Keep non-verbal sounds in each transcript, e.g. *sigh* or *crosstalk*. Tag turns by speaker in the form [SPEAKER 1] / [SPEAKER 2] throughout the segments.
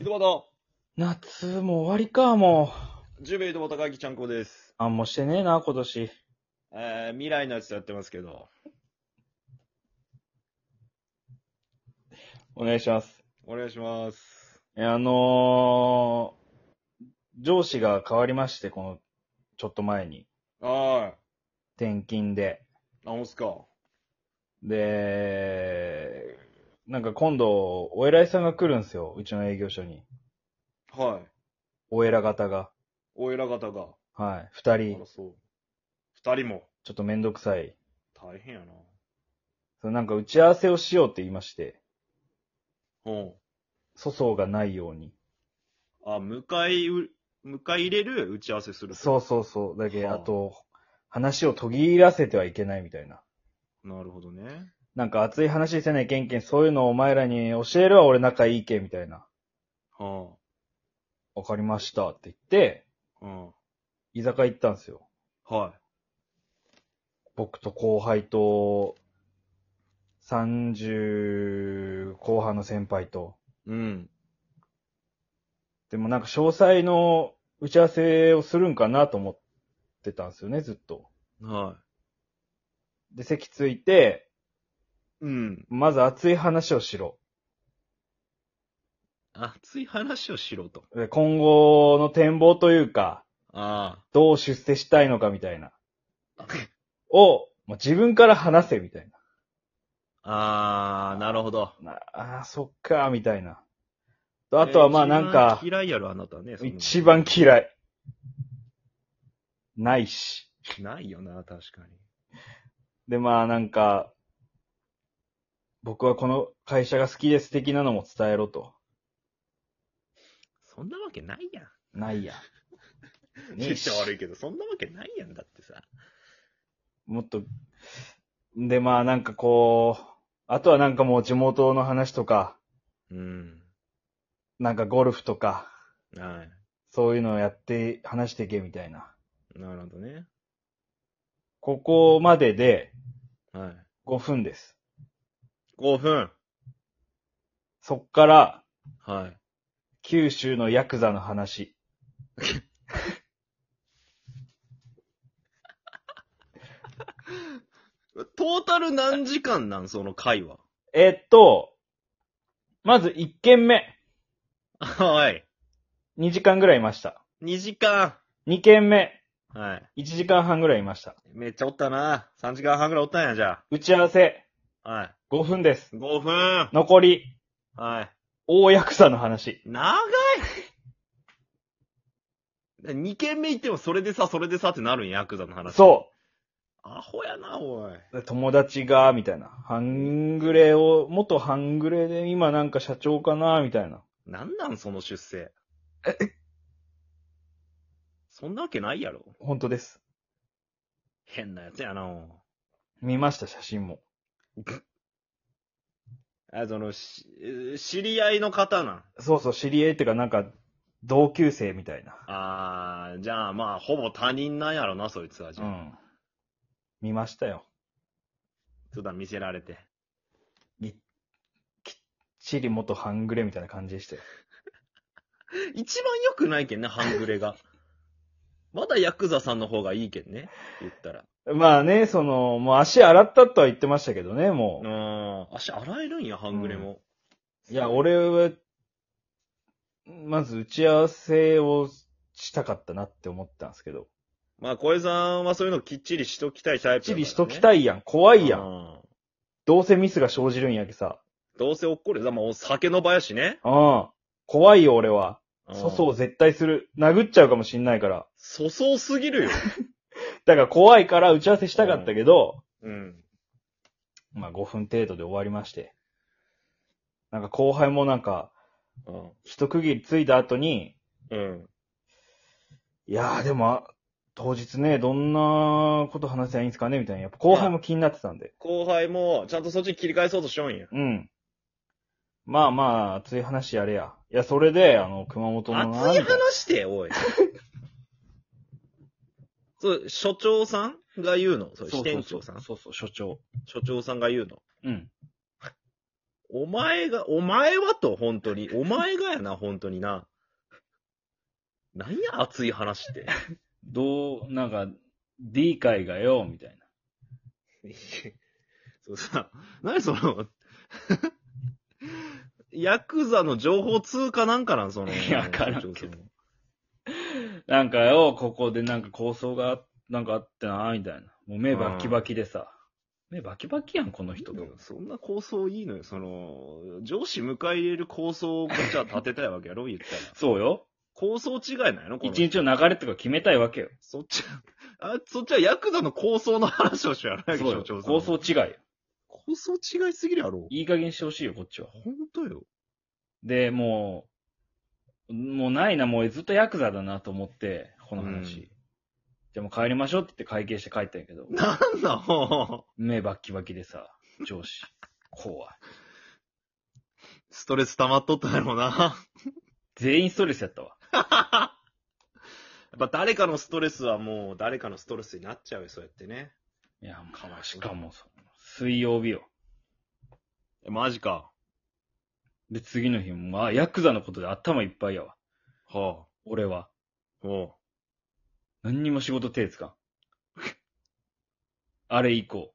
[SPEAKER 1] 井戸端、
[SPEAKER 2] 夏も終わりか、も
[SPEAKER 1] 10名井戸端会議ちゃんこです
[SPEAKER 2] う。。あんもしてねえな、今年。
[SPEAKER 1] えー、未来のやつやってますけど、
[SPEAKER 2] お願いします。
[SPEAKER 1] お願いします。
[SPEAKER 2] えあのー、上司が変わりまして、この、ちょっと前に。
[SPEAKER 1] は
[SPEAKER 2] 転勤で。
[SPEAKER 1] ーい。あ、ほんすか。
[SPEAKER 2] で、なんか今度、お偉いさんが来るんすよ。うちの営業所に。
[SPEAKER 1] はい。
[SPEAKER 2] お偉方が。
[SPEAKER 1] お偉方が。
[SPEAKER 2] はい。二
[SPEAKER 1] あ
[SPEAKER 2] 人
[SPEAKER 1] ら、、そう。二人も。
[SPEAKER 2] ちょっとめんどくさい。
[SPEAKER 1] 大変やな。
[SPEAKER 2] そのなんか打ち合わせをしようって言いまして。
[SPEAKER 1] うん。
[SPEAKER 2] 粗相がないように。
[SPEAKER 1] あ、迎えう、迎え入れる打ち合わせする。
[SPEAKER 2] そうそうそう。だけ、
[SPEAKER 1] はあ
[SPEAKER 2] あと、話を途切らせてはいけないみたいな。
[SPEAKER 1] う。なるほどね。
[SPEAKER 2] なんか熱い話せないけんけん、そういうのをお前らに教えるわ、俺仲いいけん、みたいな。
[SPEAKER 1] は
[SPEAKER 2] わかりましたって言って、
[SPEAKER 1] あ。うん。
[SPEAKER 2] 居酒屋行ったんですよ。
[SPEAKER 1] は
[SPEAKER 2] 僕と後輩と、30後半の先輩と。
[SPEAKER 1] い。うん。
[SPEAKER 2] でもなんか詳細の打ち合わせをするんかなと思ってたんですよね、ずっと。
[SPEAKER 1] は
[SPEAKER 2] で、席ついて、
[SPEAKER 1] い。うん。
[SPEAKER 2] まず熱い話をしろ。
[SPEAKER 1] 熱い話をしろと。
[SPEAKER 2] で今後の展望というか、
[SPEAKER 1] あ
[SPEAKER 2] どう出世したいのかみたいな。
[SPEAKER 1] あ。
[SPEAKER 2] を、まあ自分から話せ、みたいな。
[SPEAKER 1] ああ、なるほど。
[SPEAKER 2] なああ、そっか、みたいな。とあとはまあなんか
[SPEAKER 1] 一番、嫌いやろ、あなたね。そんなの
[SPEAKER 2] 一番嫌い。ないし。
[SPEAKER 1] ないよな、確かに。
[SPEAKER 2] でまあなんか、僕はこの会社が好きです的なのも伝えろと。
[SPEAKER 1] そんなわけないやん。
[SPEAKER 2] ないや。
[SPEAKER 1] 言っちゃ悪
[SPEAKER 2] い。
[SPEAKER 1] いけど、そんなわけないやんだってさ。
[SPEAKER 2] もっと、でまあなんかこう、あとはなんかもう地元の話とか、
[SPEAKER 1] うん。
[SPEAKER 2] なんかゴルフとか、
[SPEAKER 1] は
[SPEAKER 2] そういうのをやって話していけみたいな。
[SPEAKER 1] い。なるほどね。
[SPEAKER 2] ここまでで
[SPEAKER 1] はい。
[SPEAKER 2] 5分です。
[SPEAKER 1] 5分。
[SPEAKER 2] そっから、
[SPEAKER 1] はい。
[SPEAKER 2] 九州のヤクザの話。
[SPEAKER 1] トータル何時間なんその回は。
[SPEAKER 2] えっと、まず1件目、
[SPEAKER 1] はい。
[SPEAKER 2] 2時間ぐらいいました。
[SPEAKER 1] 2時間。
[SPEAKER 2] 2件目、
[SPEAKER 1] はい。
[SPEAKER 2] 1時間半ぐらいいました。
[SPEAKER 1] めっちゃおったな。3時間半ぐらいおったんや、じゃ
[SPEAKER 2] 打ち合わせ、
[SPEAKER 1] あ。は
[SPEAKER 2] 5分です。
[SPEAKER 1] い。5分。
[SPEAKER 2] 残り、
[SPEAKER 1] はい。
[SPEAKER 2] 大ヤクザの話。
[SPEAKER 1] 長い !2 件目行ってもそれでさ、それでさってなるんや、ヤクザの話。。
[SPEAKER 2] そう
[SPEAKER 1] アホやな、おい。
[SPEAKER 2] う。友達が、みたいな。半グレを、元半グレで今なんか社長かな、みたいな。
[SPEAKER 1] なんなんその出世。そんなわけないやろ。
[SPEAKER 2] 本当です。
[SPEAKER 1] 変なやつやなお
[SPEAKER 2] 見ました、写真も。
[SPEAKER 1] あ、その、しえー知り合いの方なん。
[SPEAKER 2] そうそう、知り合いっていうかなんか、同級生みたいな。
[SPEAKER 1] あー、じゃあまあ、ほぼ他人なんやろな、そいつは。じ
[SPEAKER 2] う
[SPEAKER 1] ゃあ、
[SPEAKER 2] ん。見ましたよ。
[SPEAKER 1] 普段見せられて。
[SPEAKER 2] チリ元半グレみたいな感じでしたよ。
[SPEAKER 1] 一番良くないけんね、半グレ
[SPEAKER 2] *laughs*
[SPEAKER 1] が。まだヤクザさんの方がいいけんね、言ったら。
[SPEAKER 2] まあね、その、もう足洗ったとは言ってましたけどね、も
[SPEAKER 1] う
[SPEAKER 2] う。
[SPEAKER 1] ん。足洗えるんや、半グレも。
[SPEAKER 2] いや、俺は、まず打ち合わせをしたかったなって思ったんですけど。
[SPEAKER 1] まあ、小江さんはそういうのきっちりしときたいタイプ
[SPEAKER 2] チ
[SPEAKER 1] だから、ね。
[SPEAKER 2] リしときたいやん。怖いや。
[SPEAKER 1] うん
[SPEAKER 2] どうせミスが生じるんやけさ。
[SPEAKER 1] どうせ怒る。だからもう酒の場やしね。
[SPEAKER 2] うん。怖いよ、俺は。
[SPEAKER 1] うん
[SPEAKER 2] 粗相絶対する。殴っちゃうかもしんないから。
[SPEAKER 1] 粗相すぎるよ。
[SPEAKER 2] だから怖いから打ち合わせしたかったけど、
[SPEAKER 1] うん。
[SPEAKER 2] まあ5分程度で終わりまして。なんか後輩もなんか、
[SPEAKER 1] うん。
[SPEAKER 2] 一区切りついた後に、
[SPEAKER 1] うん。
[SPEAKER 2] いやーでも、あ当日ね、どんなこと話せばいいんですかねみたいな。やっぱ後輩も気になってたんで。
[SPEAKER 1] 後輩も、ちゃんとそっちに切り返そうとしよんや。
[SPEAKER 2] うん。まあまあ、熱い話やれや。いや、それで、あの、熊本のな
[SPEAKER 1] 熱い
[SPEAKER 2] みたいな
[SPEAKER 1] 話して、おい。 *laughs* そう、所長さんが言うの。それ支店長さん
[SPEAKER 2] そうそう、所長。
[SPEAKER 1] 所長さんが言うの。
[SPEAKER 2] うん。
[SPEAKER 1] お前が、お前はと、本当に。お前がやな、本当にな。なんや、熱い話って。
[SPEAKER 2] どう、なんか、D 会がよ、みたい
[SPEAKER 1] *laughs* そうさ、何その、 *laughs* ヤクザの情報通貨なんかなん、その。
[SPEAKER 2] いやわからんけどな。なんかよ、ここでなんか構想が、なんかあってな、みたいな。もう目バキバキでさ。目バキバキやん、この人と。
[SPEAKER 1] そんな構想いいのよ。その、上司迎え入れる構想をこっちは立てたいわけやろ、言ったら。
[SPEAKER 2] そうよ。
[SPEAKER 1] 構想違いなんやろ、この人
[SPEAKER 2] 一日の流れとか決めたいわけよ。
[SPEAKER 1] そっち、あ、そっちはヤクザの構想の話をしようやらないで
[SPEAKER 2] そう
[SPEAKER 1] しょ、調。
[SPEAKER 2] よ
[SPEAKER 1] 査の
[SPEAKER 2] 構想違いよ。
[SPEAKER 1] 構想違いすぎるやろ。
[SPEAKER 2] いい加減してほしいよ、こっちは。
[SPEAKER 1] ほんとよ。
[SPEAKER 2] で、もう、もうないな、もうずっとヤクザだなと思って、この話。
[SPEAKER 1] うん
[SPEAKER 2] じゃあもう帰りましょうって言って会計して帰ったんやけど、
[SPEAKER 1] なんだ、も
[SPEAKER 2] 目バッキバキでさ、上司、 *laughs* 怖い。
[SPEAKER 1] う。ストレス溜まっとったんやろうな。
[SPEAKER 2] 全員ストレスやったわ。
[SPEAKER 1] やっぱ誰かのストレスはもう誰かのストレスになっちゃうよ、そうやってね。
[SPEAKER 2] いや、も、
[SPEAKER 1] かわいうそ
[SPEAKER 2] し
[SPEAKER 1] う
[SPEAKER 2] かもその、水曜日よ。
[SPEAKER 1] マジか。
[SPEAKER 2] で、次の日も、まあ、ヤクザのことで頭いっぱいやわ。
[SPEAKER 1] は
[SPEAKER 2] 俺は。
[SPEAKER 1] あ。お
[SPEAKER 2] 何にも仕事手つかん。あれ以降、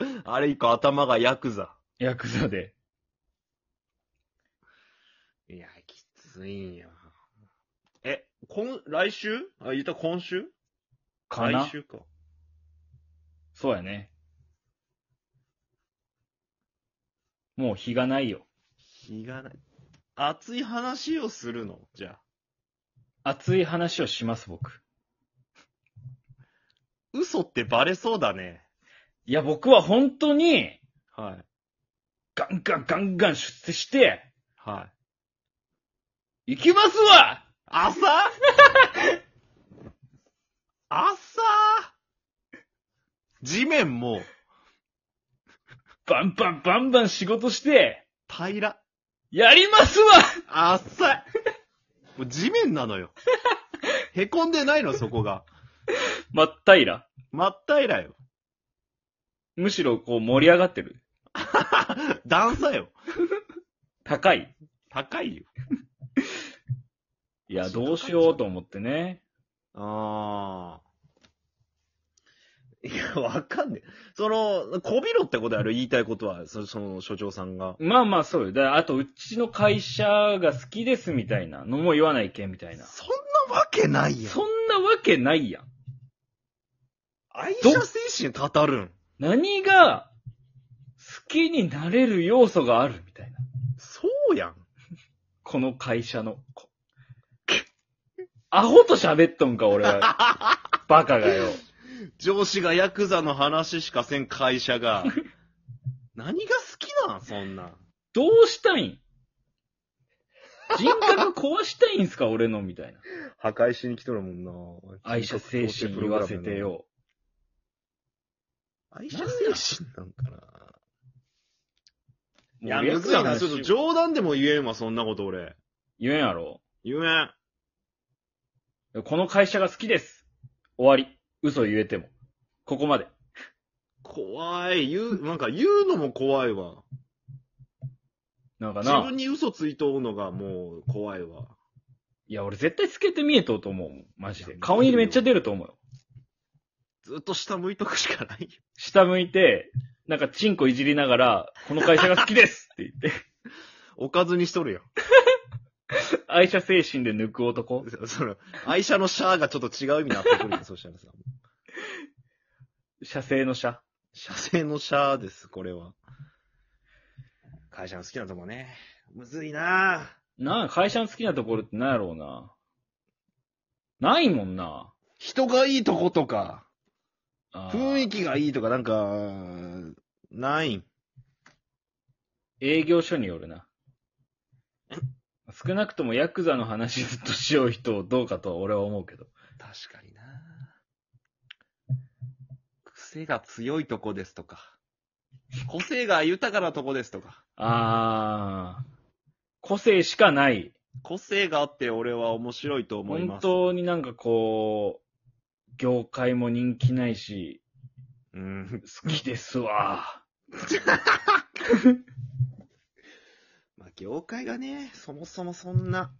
[SPEAKER 1] うあれ以降頭がヤクザ。
[SPEAKER 2] ヤクザで。
[SPEAKER 1] いや、きついんや。え、今、来週あ、言ったら今週
[SPEAKER 2] かな
[SPEAKER 1] 来週か。
[SPEAKER 2] そうやね。もう日がないよ。
[SPEAKER 1] 日がない。熱い話をするのじゃあ。
[SPEAKER 2] 熱い話をします、僕。
[SPEAKER 1] 嘘ってバレそうだね。
[SPEAKER 2] いや、僕は本当に、
[SPEAKER 1] はい。
[SPEAKER 2] ガンガンガンガン出世して、
[SPEAKER 1] はい。
[SPEAKER 2] 行きますわ
[SPEAKER 1] 朝 *laughs* 朝地面も
[SPEAKER 2] バンバンバンバン仕事して、
[SPEAKER 1] 平ら。
[SPEAKER 2] やりますわ
[SPEAKER 1] 朝いもう地面なの *laughs* よ。へこんでないの、そこが。
[SPEAKER 2] まったいら。
[SPEAKER 1] 真っ平らよ。
[SPEAKER 2] むしろこう盛り上がってる。
[SPEAKER 1] 段差よ。
[SPEAKER 2] 高い。
[SPEAKER 1] 高いよ。
[SPEAKER 2] いや、どうしようと思ってね。
[SPEAKER 1] ああ。いや、わかんねえ。その、こびろってことやろ、言いたいことは、そその、所長さんが。
[SPEAKER 2] まあまあそうよ。だからあと、うちの会社が好きですみたいなのも言わないけんみたいな。
[SPEAKER 1] そんなわけない
[SPEAKER 2] そんなわけないやん。
[SPEAKER 1] 愛社精神語るん。
[SPEAKER 2] 何が好きになれる要素があるみたいな。
[SPEAKER 1] そうやん。
[SPEAKER 2] この会社の子。アホと喋っとんか、
[SPEAKER 1] *laughs*
[SPEAKER 2] 俺は。バカがよ。
[SPEAKER 1] 上司がヤクザの話しかせん会社 *laughs* が。何が好きなんそんなん。
[SPEAKER 2] どうしたいん人格壊したいんすか、俺のみたいな。
[SPEAKER 1] 破壊しに来とるもんな
[SPEAKER 2] 愛社精神言わせて。よ。
[SPEAKER 1] 愛社精神なんかな。いや、
[SPEAKER 2] もう
[SPEAKER 1] むずいな。
[SPEAKER 2] 話
[SPEAKER 1] ちょっと冗談でも言えんわ、そんなこと俺。
[SPEAKER 2] 言えんやろ。
[SPEAKER 1] 言えん。
[SPEAKER 2] この会社が好きです。終わり。嘘言えても。ここまで。
[SPEAKER 1] 怖い。言
[SPEAKER 2] *laughs*
[SPEAKER 1] う、なんか言うのも怖いわ。
[SPEAKER 2] なんか
[SPEAKER 1] 自
[SPEAKER 2] な
[SPEAKER 1] 分。に嘘ついとうのがもう怖いわ。
[SPEAKER 2] いや、俺絶対透けて見えとうと思うもん。マジ
[SPEAKER 1] い
[SPEAKER 2] で。
[SPEAKER 1] や
[SPEAKER 2] 顔にめっちゃ出ると思うよ。
[SPEAKER 1] ずっと下向いとくしかないよ。 *laughs*
[SPEAKER 2] 下向いて、なんかチンコいじりながら、この会社が好きですって言って、
[SPEAKER 1] おかずにしとるよ。 *laughs*
[SPEAKER 2] 愛社精神で抜く男。
[SPEAKER 1] その、愛車のシャーがちょっと違う意味になってく
[SPEAKER 2] *laughs*
[SPEAKER 1] るよ、そしたらさ。
[SPEAKER 2] 社製の社。
[SPEAKER 1] 車製のシャーです、これは。会社の好きなとこね。むずいなぁ。
[SPEAKER 2] なあ、会社の好きなところってなんやろうな。ないもんな。
[SPEAKER 1] 人がいいとことか、
[SPEAKER 2] あー
[SPEAKER 1] 雰囲気がいいとか、なんか、ないん。
[SPEAKER 2] 営業所によるな。少なくともヤクザの話ずっとしよう人をどうかとは俺は思うけど。
[SPEAKER 1] 確かにな癖が強いとこですとか、個性が豊かなとこですとか、
[SPEAKER 2] あー。個性しかない。
[SPEAKER 1] 個性があって俺は面白いと思い
[SPEAKER 2] 本
[SPEAKER 1] ます。
[SPEAKER 2] 当になんかこう、業界も人気ないし、
[SPEAKER 1] うん。
[SPEAKER 2] 好きですわ。
[SPEAKER 1] 業界がね、そもそもそんな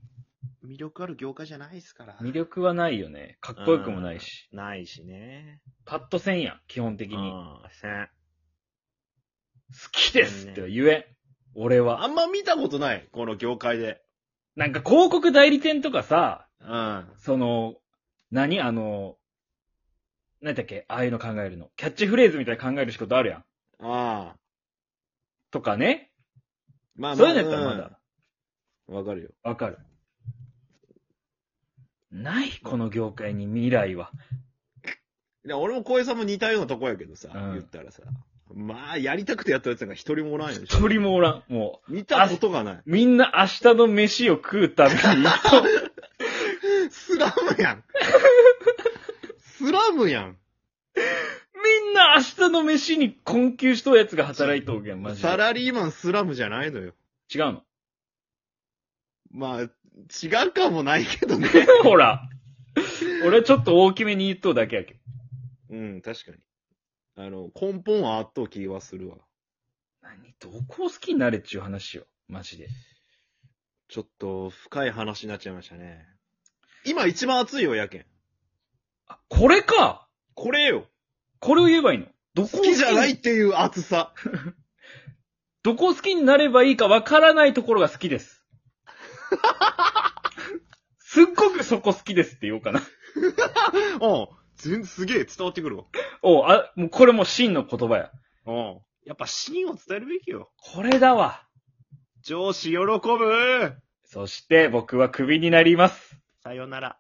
[SPEAKER 1] 魅力ある業界じゃないですから。
[SPEAKER 2] 魅力はないよね。かっこよくもないし。
[SPEAKER 1] ないしね。
[SPEAKER 2] パッとせんやん、基本的
[SPEAKER 1] う
[SPEAKER 2] に。好
[SPEAKER 1] ん、せん。
[SPEAKER 2] きですっては言えん。俺
[SPEAKER 1] あ
[SPEAKER 2] は。
[SPEAKER 1] んま見たことない、この業界で。
[SPEAKER 2] なんか広告代理店とかさ、
[SPEAKER 1] うん。あ
[SPEAKER 2] その、何あの、何だっけああいうの考えるの。キャッチフレーズみたいな考える仕事あるやん。
[SPEAKER 1] あ。
[SPEAKER 2] とかね。
[SPEAKER 1] ま
[SPEAKER 2] そういうのやったらまだ。
[SPEAKER 1] うんわかるよ。
[SPEAKER 2] わかる。ない、この業界に未来は。
[SPEAKER 1] いや俺も小江さんも似たようなとこやけどさ、
[SPEAKER 2] うん
[SPEAKER 1] 言ったらさ。まあ、やりたくてやったやつが一人もおらんよね。
[SPEAKER 2] 一人もおらん。も
[SPEAKER 1] 見たことがない。
[SPEAKER 2] う、みんな明日の飯を食う *laughs* ために、
[SPEAKER 1] スラム
[SPEAKER 2] *laughs*
[SPEAKER 1] やん。スラムやん。
[SPEAKER 2] みんな明日の飯に困窮しとうやつが働いとうけん、マジで。
[SPEAKER 1] サラリーマンスラムじゃないのよ。
[SPEAKER 2] 違うの。 *laughs*
[SPEAKER 1] まあ、違うかもないけどね。
[SPEAKER 2] ほら。俺はちょっと大きめに言っとうだけやけど。
[SPEAKER 1] うん、確かに。あの、根本はあっとう気はするわ。
[SPEAKER 2] 何どこを好きになれっちゅう話よ。マジで。
[SPEAKER 1] ちょっと、深い話になっちゃいましたね。今一番熱いよ、やけん。
[SPEAKER 2] あ、これか
[SPEAKER 1] これよ。
[SPEAKER 2] これを言えばいいのどこを
[SPEAKER 1] 好きじゃない
[SPEAKER 2] に
[SPEAKER 1] っていう熱
[SPEAKER 2] *laughs*
[SPEAKER 1] さ。
[SPEAKER 2] どこを好きになればいいかわからないところが好き
[SPEAKER 1] *laughs*
[SPEAKER 2] です。すっごくそこ好きですって言おうかな。
[SPEAKER 1] うん。全すげえ伝わってくるわ。
[SPEAKER 2] おうあ、もうこれもう真の言葉や。
[SPEAKER 1] うん。やっぱ真を伝えるべきよ。
[SPEAKER 2] これだわ。
[SPEAKER 1] 上司喜ぶ
[SPEAKER 2] そして僕はクビになります。
[SPEAKER 1] さよなら。